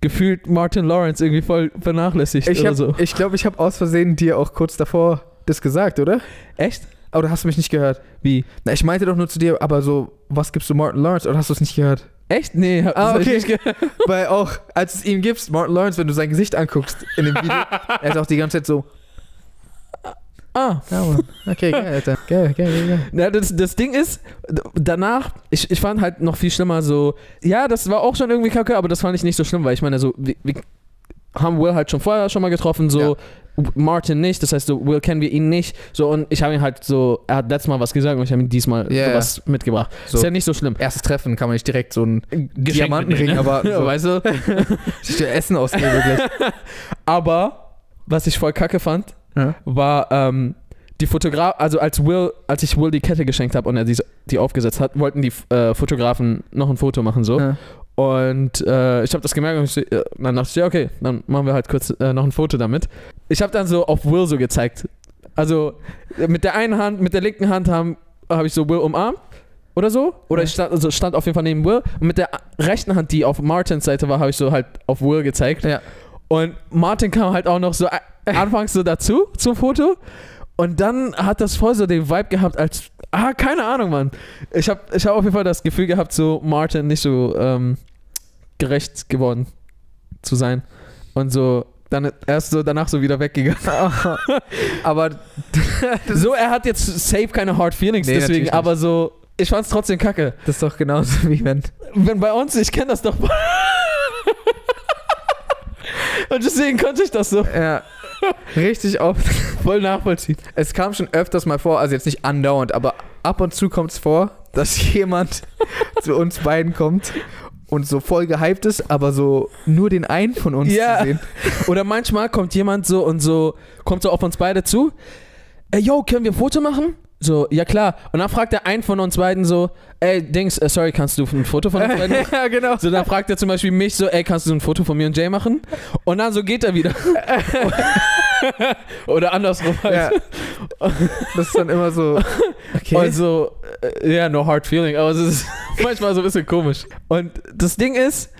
[SPEAKER 1] gefühlt Martin Lawrence irgendwie voll vernachlässigt
[SPEAKER 2] Ich
[SPEAKER 1] oder
[SPEAKER 2] glaube,
[SPEAKER 1] so.
[SPEAKER 2] ich, glaub, ich habe aus Versehen dir auch kurz davor das gesagt, oder?
[SPEAKER 1] Echt?
[SPEAKER 2] Oder hast du mich nicht gehört?
[SPEAKER 1] Wie?
[SPEAKER 2] Na, ich meinte doch nur zu dir, aber so, was gibst du Martin Lawrence? Oder hast du es nicht gehört?
[SPEAKER 1] Echt? Nee, hab
[SPEAKER 2] Ah,
[SPEAKER 1] das
[SPEAKER 2] okay.
[SPEAKER 1] nicht gehört.
[SPEAKER 2] Weil auch, als es ihm gibst, Martin Lawrence, wenn du sein Gesicht anguckst in dem Video, er ist auch die ganze Zeit so,
[SPEAKER 1] Ah,
[SPEAKER 2] ja, Mann. Okay, geil, Alter. Geil, geil, geil, geil.
[SPEAKER 1] Na, das, das Ding ist, d- danach, ich, ich fand halt noch viel schlimmer so, ja, das war auch schon irgendwie kacke, aber das fand ich nicht so schlimm, weil ich meine, so, wir, wir haben Will halt schon vorher schon mal getroffen, so, Martin nicht, das heißt, so, Will kennen wir ihn nicht, so, und ich habe ihn halt so, er hat letztes Mal was gesagt und ich habe ihm diesmal
[SPEAKER 2] Ja, ja.
[SPEAKER 1] was mitgebracht.
[SPEAKER 2] So.
[SPEAKER 1] Ist ja nicht so schlimm.
[SPEAKER 2] Erstes Treffen kann man nicht direkt so ein
[SPEAKER 1] Geschenk
[SPEAKER 2] Diamantenring,
[SPEAKER 1] mitnehmen, ne?"
[SPEAKER 2] aber so.
[SPEAKER 1] weißt du?
[SPEAKER 2] Essen ausgeben gleich.
[SPEAKER 1] Aber, was ich voll kacke fand,
[SPEAKER 2] Ja.
[SPEAKER 1] war ähm, die Fotograf, also als Will, als ich Will die Kette geschenkt habe und er die, die aufgesetzt hat, wollten die äh, Fotografen noch ein Foto machen so.
[SPEAKER 2] Ja.
[SPEAKER 1] Und äh, ich habe das gemerkt und ich, so- äh, dann dachte ich, ja, okay, dann machen wir halt kurz äh, noch ein Foto damit. Ich habe dann so auf Will so gezeigt. Also äh, mit der einen Hand, mit der linken Hand habe hab ich so Will umarmt oder so. Oder
[SPEAKER 2] Ja.
[SPEAKER 1] ich stand, also stand auf jeden Fall neben Will. Und mit der rechten Hand, die auf Martins Seite war, habe ich so halt auf Will gezeigt.
[SPEAKER 2] Ja.
[SPEAKER 1] Und Martin kam halt auch noch so a- anfangs so dazu zum Foto. Und dann hat das voll so den Vibe gehabt, als. Ah, keine Ahnung, Mann. Ich habe ich hab auf jeden Fall das Gefühl gehabt, so Martin nicht so ähm, gerecht geworden zu sein. Und so, dann erst so danach so wieder weggegangen.
[SPEAKER 2] aber
[SPEAKER 1] So, er hat jetzt safe keine Hard Feelings,
[SPEAKER 2] Nee, natürlich
[SPEAKER 1] deswegen,
[SPEAKER 2] nicht.
[SPEAKER 1] aber so, ich fand's trotzdem kacke.
[SPEAKER 2] das ist doch genauso wie wenn.
[SPEAKER 1] Wenn bei uns, ich kenne das doch. Und deswegen konnte ich das so
[SPEAKER 2] Ja. Richtig oft.
[SPEAKER 1] voll nachvollziehen.
[SPEAKER 2] Es kam schon öfters mal vor, also jetzt nicht andauernd, aber ab und zu kommt es vor, dass jemand zu uns beiden kommt und so voll gehypt ist, aber so nur den einen von uns
[SPEAKER 1] Ja.
[SPEAKER 2] zu sehen.
[SPEAKER 1] Oder manchmal kommt jemand so und so, kommt so auf uns beide zu. Ey, yo, können wir ein Foto machen? So, ja klar. Und dann fragt der einen von uns beiden so, ey, Dings, äh, sorry, kannst du ein Foto von uns beiden machen?
[SPEAKER 2] ja, genau.
[SPEAKER 1] So, dann fragt er zum Beispiel mich so, ey, kannst du ein Foto von mir und Jay machen? Und dann so geht er wieder. Oder andersrum halt.
[SPEAKER 2] Ja. Das ist dann immer so. Okay.
[SPEAKER 1] Also, äh, ja, no hard feeling, aber es ist manchmal so ein bisschen komisch. Und das Ding ist,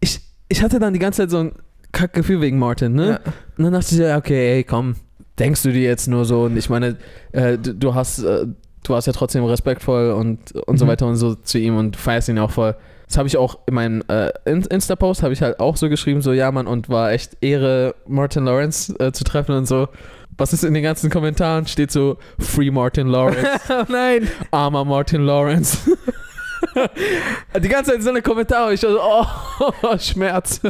[SPEAKER 1] ich, ich hatte dann die ganze Zeit so ein Kackgefühl wegen Martin, ne?
[SPEAKER 2] Ja.
[SPEAKER 1] Und dann dachte ich, ja, okay, ey, komm, denkst du dir jetzt nur so? Und ich meine, äh, du, du hast, äh, du warst ja trotzdem respektvoll und, und so
[SPEAKER 2] Mhm.
[SPEAKER 1] weiter und so zu ihm und feierst ihn auch voll. Das habe ich auch in meinem äh, In- Insta-Post habe ich halt auch so geschrieben, so ja Mann, und war echt Ehre, Martin Lawrence äh, zu treffen und so. Was ist in den ganzen Kommentaren? Steht so, Free Martin Lawrence.
[SPEAKER 2] oh nein.
[SPEAKER 1] Armer Martin Lawrence. Die ganze Zeit so eine Kommentare. Ich so, oh, Schmerz.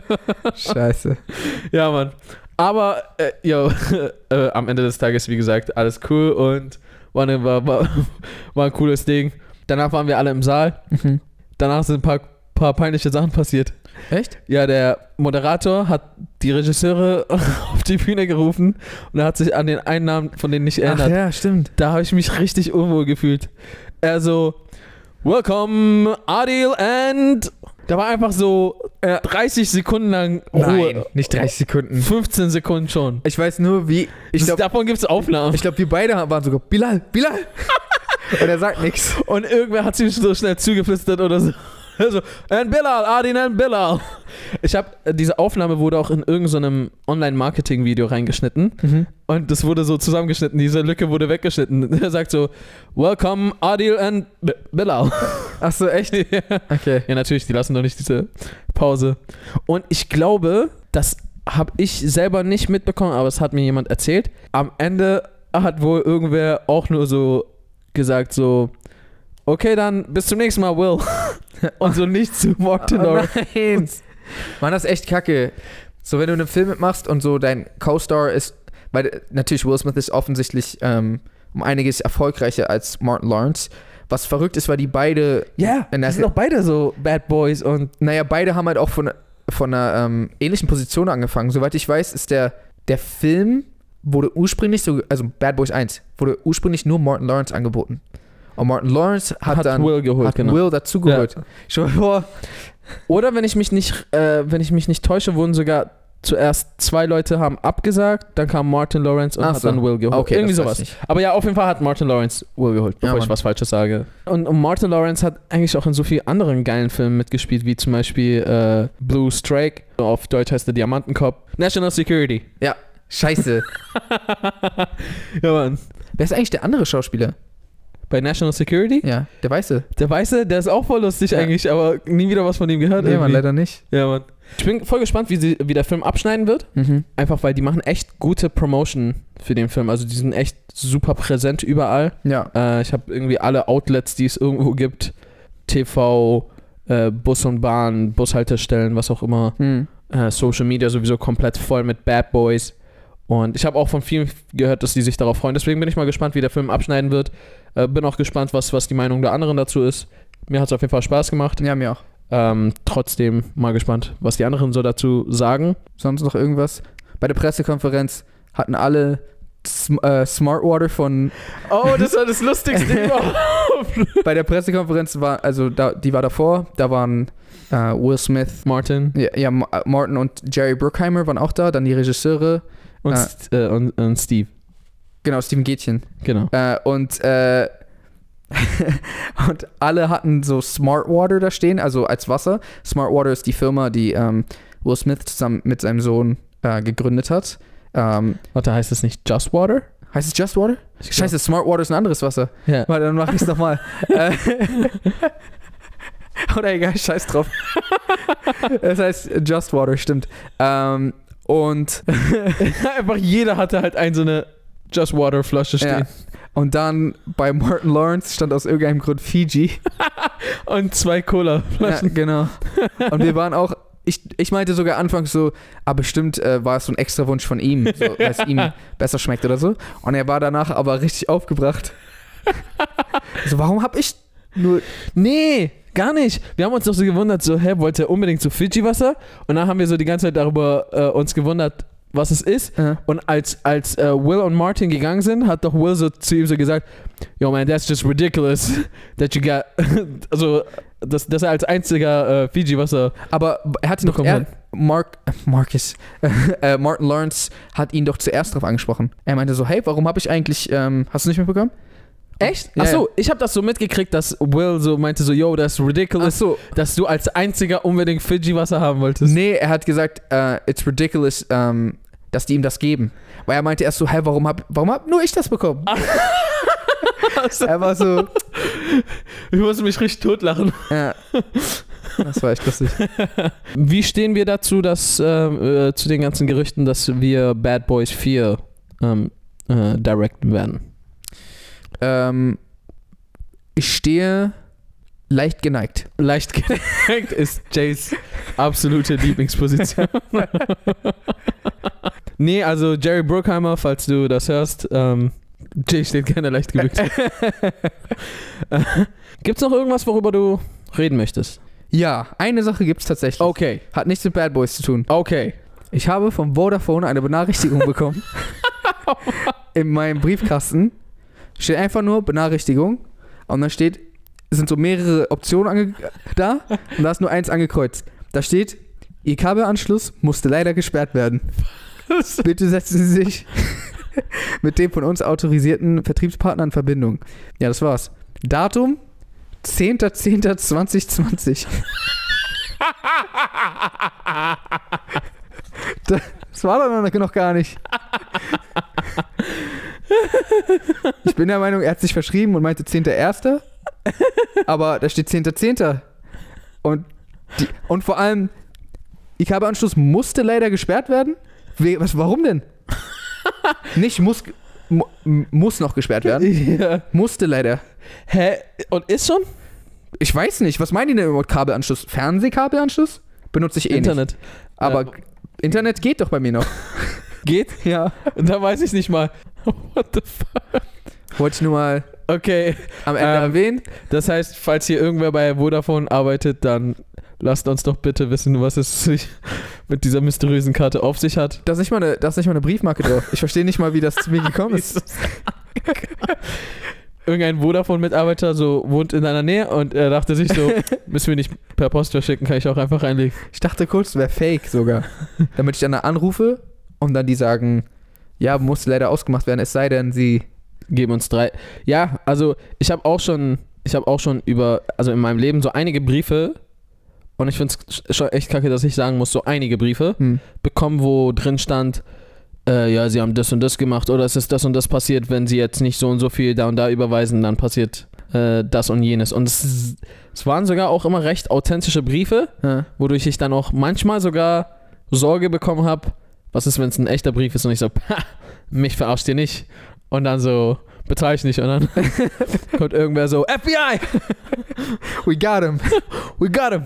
[SPEAKER 2] Scheiße.
[SPEAKER 1] Ja, Mann. Aber, äh, yo, äh, am Ende des Tages, wie gesagt, alles cool und war, ne, war, war, war ein cooles Ding. Danach waren wir alle im Saal. Danach sind ein paar, paar peinliche Sachen passiert.
[SPEAKER 2] Echt?
[SPEAKER 1] Ja, der Moderator hat die Regisseure auf die Bühne gerufen und er hat sich an den einen Namen von denen nicht erinnert.
[SPEAKER 2] Ach, ja, stimmt.
[SPEAKER 1] Da habe ich mich richtig unwohl gefühlt. Also, welcome Adil and. Da war einfach so äh, 30 Sekunden lang Ruhe.
[SPEAKER 2] Nein, nicht 30 Sekunden.
[SPEAKER 1] 15 Sekunden schon.
[SPEAKER 2] Ich weiß nur, wie. Ich
[SPEAKER 1] Das-
[SPEAKER 2] glaube,
[SPEAKER 1] Davon gibt es Aufnahmen.
[SPEAKER 2] ich glaub, wir beide waren sogar. Bilal, Bilal. und er sagt nichts.
[SPEAKER 1] Und irgendwer hat ihm so schnell zugeflüstert oder so. Also, and Bilal, Adil and Bilal. Ich habe diese Aufnahme wurde auch in irgendeinem Online-Marketing-Video reingeschnitten.
[SPEAKER 2] Mhm.
[SPEAKER 1] Und das wurde so zusammengeschnitten, diese Lücke wurde weggeschnitten. Er sagt so, Welcome Adil and B Bilal.
[SPEAKER 2] Achso, echt?
[SPEAKER 1] ja.
[SPEAKER 2] Okay.
[SPEAKER 1] ja, natürlich, die lassen doch nicht diese Pause. Und ich glaube, das habe ich selber nicht mitbekommen, aber es hat mir jemand erzählt. Am Ende hat wohl irgendwer auch nur so gesagt, so, okay, dann bis zum nächsten Mal, Will. Und so nicht zu Walk the Dog.
[SPEAKER 2] Ah, nein. Mann, das ist echt kacke. So, wenn du einen Film mitmachst und so dein Co-Star ist, weil äh, natürlich Will Smith ist offensichtlich ähm, um einiges erfolgreicher als Martin Lawrence. Was verrückt ist, weil die beide,
[SPEAKER 1] Ja,
[SPEAKER 2] Wenn das-
[SPEAKER 1] die sind doch beide so Bad Boys und
[SPEAKER 2] naja, beide haben halt auch von, von einer ähm, ähnlichen Position angefangen. Soweit ich weiß, ist der, der Film wurde ursprünglich, so, also Bad Boys 1, wurde ursprünglich nur Martin Lawrence angeboten. Und Martin Lawrence hat, dann
[SPEAKER 1] Will geholt,
[SPEAKER 2] hat
[SPEAKER 1] genau.
[SPEAKER 2] Will dazu geholt. Stell dir mal vor,
[SPEAKER 1] Oder wenn ich mich nicht, äh, wenn ich mich nicht täusche, wurden sogar zuerst zwei Leute haben abgesagt, dann kam Martin Lawrence und
[SPEAKER 2] Ach
[SPEAKER 1] hat
[SPEAKER 2] so.
[SPEAKER 1] dann Will geholt.
[SPEAKER 2] Okay,
[SPEAKER 1] Irgendwie
[SPEAKER 2] das weiß
[SPEAKER 1] sowas.
[SPEAKER 2] ich nicht.
[SPEAKER 1] Aber ja, auf jeden Fall hat Martin Lawrence Will geholt, bevor ich
[SPEAKER 2] Mann.
[SPEAKER 1] was Falsches sage. Und, und Martin Lawrence hat eigentlich auch in so vielen anderen geilen Filmen mitgespielt, wie zum Beispiel äh, Blue Strike, auf Deutsch heißt der Diamantenkopf, National Security.
[SPEAKER 2] Scheiße.
[SPEAKER 1] Ja, Mann.
[SPEAKER 2] Wer ist eigentlich der andere Schauspieler?
[SPEAKER 1] Bei National Security,
[SPEAKER 2] Ja, der Weiße.
[SPEAKER 1] der Weiße, der ist auch voll lustig
[SPEAKER 2] Ja.
[SPEAKER 1] eigentlich, aber nie wieder was von ihm gehört.
[SPEAKER 2] Nee, Mann,
[SPEAKER 1] irgendwie.
[SPEAKER 2] leider nicht.
[SPEAKER 1] ja, Mann. Ich bin voll gespannt, wie, sie, wie der Film abschneiden wird.
[SPEAKER 2] Mhm.
[SPEAKER 1] Einfach weil die machen echt gute Promotion für den Film. Also die sind echt super präsent überall.
[SPEAKER 2] Ja.
[SPEAKER 1] Äh, ich habe irgendwie alle Outlets, die es irgendwo gibt. TV, äh, Bus und Bahn, Bushaltestellen, was auch immer. Äh, Social Media sowieso komplett voll mit Bad Boys. Und ich habe auch von vielen gehört, dass die sich darauf freuen. Deswegen bin ich mal gespannt, wie der Film abschneiden wird. Äh, bin auch gespannt, was, was die Meinung der anderen dazu ist. Mir hat es auf jeden Fall Spaß gemacht.
[SPEAKER 2] Ja, mir auch.
[SPEAKER 1] Ähm, trotzdem mal gespannt, was die anderen so dazu sagen.
[SPEAKER 2] Sonst noch irgendwas? Bei der Pressekonferenz hatten alle Sm äh, Smartwater von.
[SPEAKER 1] Oh, das war das Lustigste überhaupt.
[SPEAKER 2] Bei der Pressekonferenz war, also da, die war davor, da waren äh, Will Smith,
[SPEAKER 1] Martin
[SPEAKER 2] ja, ja, Ma- äh, Martin und Jerry Bruckheimer waren auch da, dann die Regisseure,
[SPEAKER 1] und,
[SPEAKER 2] Ah.
[SPEAKER 1] St äh, und, und Steve.
[SPEAKER 2] genau, Steven Gätchen.
[SPEAKER 1] Genau.
[SPEAKER 2] Äh, und, äh, und alle hatten so Smartwater da stehen, also als Wasser. Smartwater ist die Firma, die ähm, Will Smith zusammen mit seinem Sohn äh, gegründet hat. Ähm,
[SPEAKER 1] Warte, heißt es nicht Just Water?
[SPEAKER 2] heißt es Just Water?
[SPEAKER 1] Ich
[SPEAKER 2] Scheiße, Smart Water ist ein anderes Wasser.
[SPEAKER 1] glaub- Ja.
[SPEAKER 2] Warte, dann mach ich's nochmal. Äh, Oder egal, scheiß drauf. Das heißt Just Water, stimmt. Ähm, und,
[SPEAKER 1] Einfach jeder hatte halt ein so eine Just Water Flasche
[SPEAKER 2] ja.
[SPEAKER 1] stehen.
[SPEAKER 2] und dann bei Martin Lawrence stand aus irgendeinem Grund Fiji.
[SPEAKER 1] Und zwei Cola
[SPEAKER 2] Ja,
[SPEAKER 1] Flaschen.
[SPEAKER 2] genau. Und wir waren auch, ich, ich meinte sogar anfangs so, aber bestimmt äh, war es so ein extra Wunsch von ihm, so, weil es ihm besser schmeckt oder so. Und er war danach aber richtig aufgebracht. so, warum hab ich nur.
[SPEAKER 1] Nee, gar nicht. Wir haben uns doch so gewundert, so, hä, wollte er unbedingt so Fiji Wasser? Und dann haben wir so die ganze Zeit darüber äh, uns gewundert, was es ist.
[SPEAKER 2] Äh,
[SPEAKER 1] Und als, als äh, Will und Martin gegangen sind, hat doch Will so zu ihm so gesagt, Yo man, that's just ridiculous that you got, also, dass, dass er als einziger äh, Fiji-Wasser,
[SPEAKER 2] Aber er hatte doch.
[SPEAKER 1] Doch,
[SPEAKER 2] Er, Mark, äh, Marcus, äh, Martin Lawrence hat ihn doch zuerst drauf angesprochen. Er meinte so, hey, warum hab ich eigentlich. Ähm, hast du nicht mitbekommen?
[SPEAKER 1] echt?
[SPEAKER 2] Ja,
[SPEAKER 1] Achso, ich habe das so mitgekriegt, dass Will so meinte so, yo, that's ridiculous,
[SPEAKER 2] so.
[SPEAKER 1] dass du als einziger unbedingt Fiji-Wasser haben wolltest.
[SPEAKER 2] Nee, er hat gesagt, äh, it's ridiculous, ähm, dass die ihm das geben. Weil er meinte erst so, hey, warum hab, warum hab nur ich das bekommen? er war so,
[SPEAKER 1] Ich muss mich richtig totlachen.
[SPEAKER 2] ja. Das war echt lustig.
[SPEAKER 1] Wie stehen wir dazu, dass, ähm, äh, zu den ganzen Gerüchten, dass wir Bad Boys 4 ähm, äh, directen werden?
[SPEAKER 2] ähm, ich stehe leicht geneigt.
[SPEAKER 1] Leicht gedeckt ist Jays absolute Lieblingsposition. nee, also Jerry Bruckheimer, falls du das hörst, ähm, Jay steht gerne leicht gebückt. Gibt's noch irgendwas, worüber du reden möchtest?
[SPEAKER 2] Ja, eine Sache gibt's tatsächlich.
[SPEAKER 1] Okay,
[SPEAKER 2] Hat nichts mit Bad Boys zu tun.
[SPEAKER 1] okay.
[SPEAKER 2] Ich habe von Vodafone eine Benachrichtigung bekommen. In meinem Briefkasten steht einfach nur Benachrichtigung und dann steht, es sind so mehrere Optionen ange da und da ist nur eins angekreuzt. Da steht, Ihr Kabelanschluss musste leider gesperrt werden. Bitte setzen Sie sich mit dem von uns autorisierten Vertriebspartner in Verbindung. Ja, das war's. Datum 10.10.2020. Das war doch noch- noch gar nicht. Ich bin der Meinung, er hat sich verschrieben und meinte 10.1. aber da steht 10.10. Und, die, und vor allem, Ikabe-Anschluss musste leider gesperrt werden. We, was, warum denn? Nicht muss, mu, muss noch gesperrt werden.
[SPEAKER 1] Ja.
[SPEAKER 2] Musste leider.
[SPEAKER 1] Hä? Und ist schon?
[SPEAKER 2] Ich weiß nicht, was meinen die denn mit Kabelanschluss? Fernsehkabelanschluss? Benutze ich eh nicht.
[SPEAKER 1] Internet.
[SPEAKER 2] Aber
[SPEAKER 1] Ja.
[SPEAKER 2] Internet geht doch bei mir noch.
[SPEAKER 1] Geht?
[SPEAKER 2] ja.
[SPEAKER 1] Da weiß ich nicht mal. What the fuck?
[SPEAKER 2] Wollte ich nur mal
[SPEAKER 1] Okay,
[SPEAKER 2] am Ende
[SPEAKER 1] Ähm,
[SPEAKER 2] erwähnen.
[SPEAKER 1] das heißt, falls hier irgendwer bei Vodafone arbeitet, dann lasst uns doch bitte wissen, was es sich mit dieser mysteriösen Karte auf sich hat.
[SPEAKER 2] Da ist nicht mal eine, da ist nicht mal eine Briefmarke drauf. Ich verstehe nicht mal, wie das zu mir gekommen ist.
[SPEAKER 1] Irgendein Vodafone-Mitarbeiter so wohnt in deiner Nähe und er dachte sich so, müssen wir nicht per Post verschicken, kann ich auch einfach reinlegen.
[SPEAKER 2] Ich dachte kurz, es wäre fake sogar. Damit ich dann da anrufe und dann die sagen, ja, muss leider ausgemacht werden, es sei denn, sie.
[SPEAKER 1] Geben uns drei. Ja, also ich habe auch schon, ich habe auch schon über, also in meinem Leben so einige Briefe und ich finde es schon echt kacke, dass ich sagen muss, so einige Briefe
[SPEAKER 2] Hm.
[SPEAKER 1] bekommen, wo drin stand, äh, ja, sie haben das und das gemacht oder es ist das und das passiert, wenn sie jetzt nicht so und so viel da und da überweisen, dann passiert äh, das und jenes. Und es, es waren sogar auch immer recht authentische Briefe,
[SPEAKER 2] Ja.
[SPEAKER 1] wodurch ich dann auch manchmal sogar Sorge bekommen habe, was ist, wenn es ein echter Brief ist und ich so, "Ha, mich verarscht ihr nicht. Und dann so, bezahle ich nicht. Und dann kommt irgendwer so, FBI,
[SPEAKER 2] We got him.
[SPEAKER 1] we got him.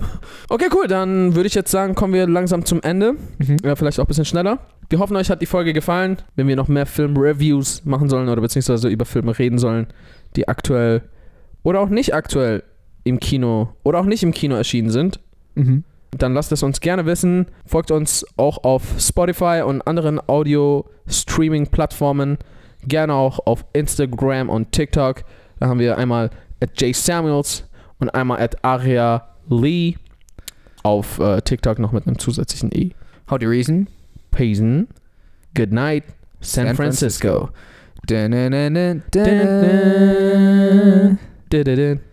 [SPEAKER 1] Okay, cool, dann würde ich jetzt sagen, kommen wir langsam zum Ende. Ja, vielleicht auch ein bisschen schneller. Wir hoffen, euch hat die Folge gefallen. Wenn wir noch mehr Film-Reviews machen sollen oder beziehungsweise über Filme reden sollen, die aktuell oder auch nicht aktuell im Kino oder auch nicht im Kino erschienen sind,
[SPEAKER 2] Mhm.
[SPEAKER 1] dann lasst es uns gerne wissen. Folgt uns auch auf Spotify und anderen Audio-Streaming-Plattformen. Gerne auch auf Instagram und TikTok. Da haben wir einmal at Jay Samuels und einmal at Aria Lee auf äh, TikTok noch mit einem zusätzlichen E.
[SPEAKER 2] Howdy Reason.
[SPEAKER 1] Payson. Good night, San,
[SPEAKER 2] San
[SPEAKER 1] Francisco.
[SPEAKER 2] Francisco. Dun, dun, dun, dun, dun.
[SPEAKER 1] Dun, dun, dun.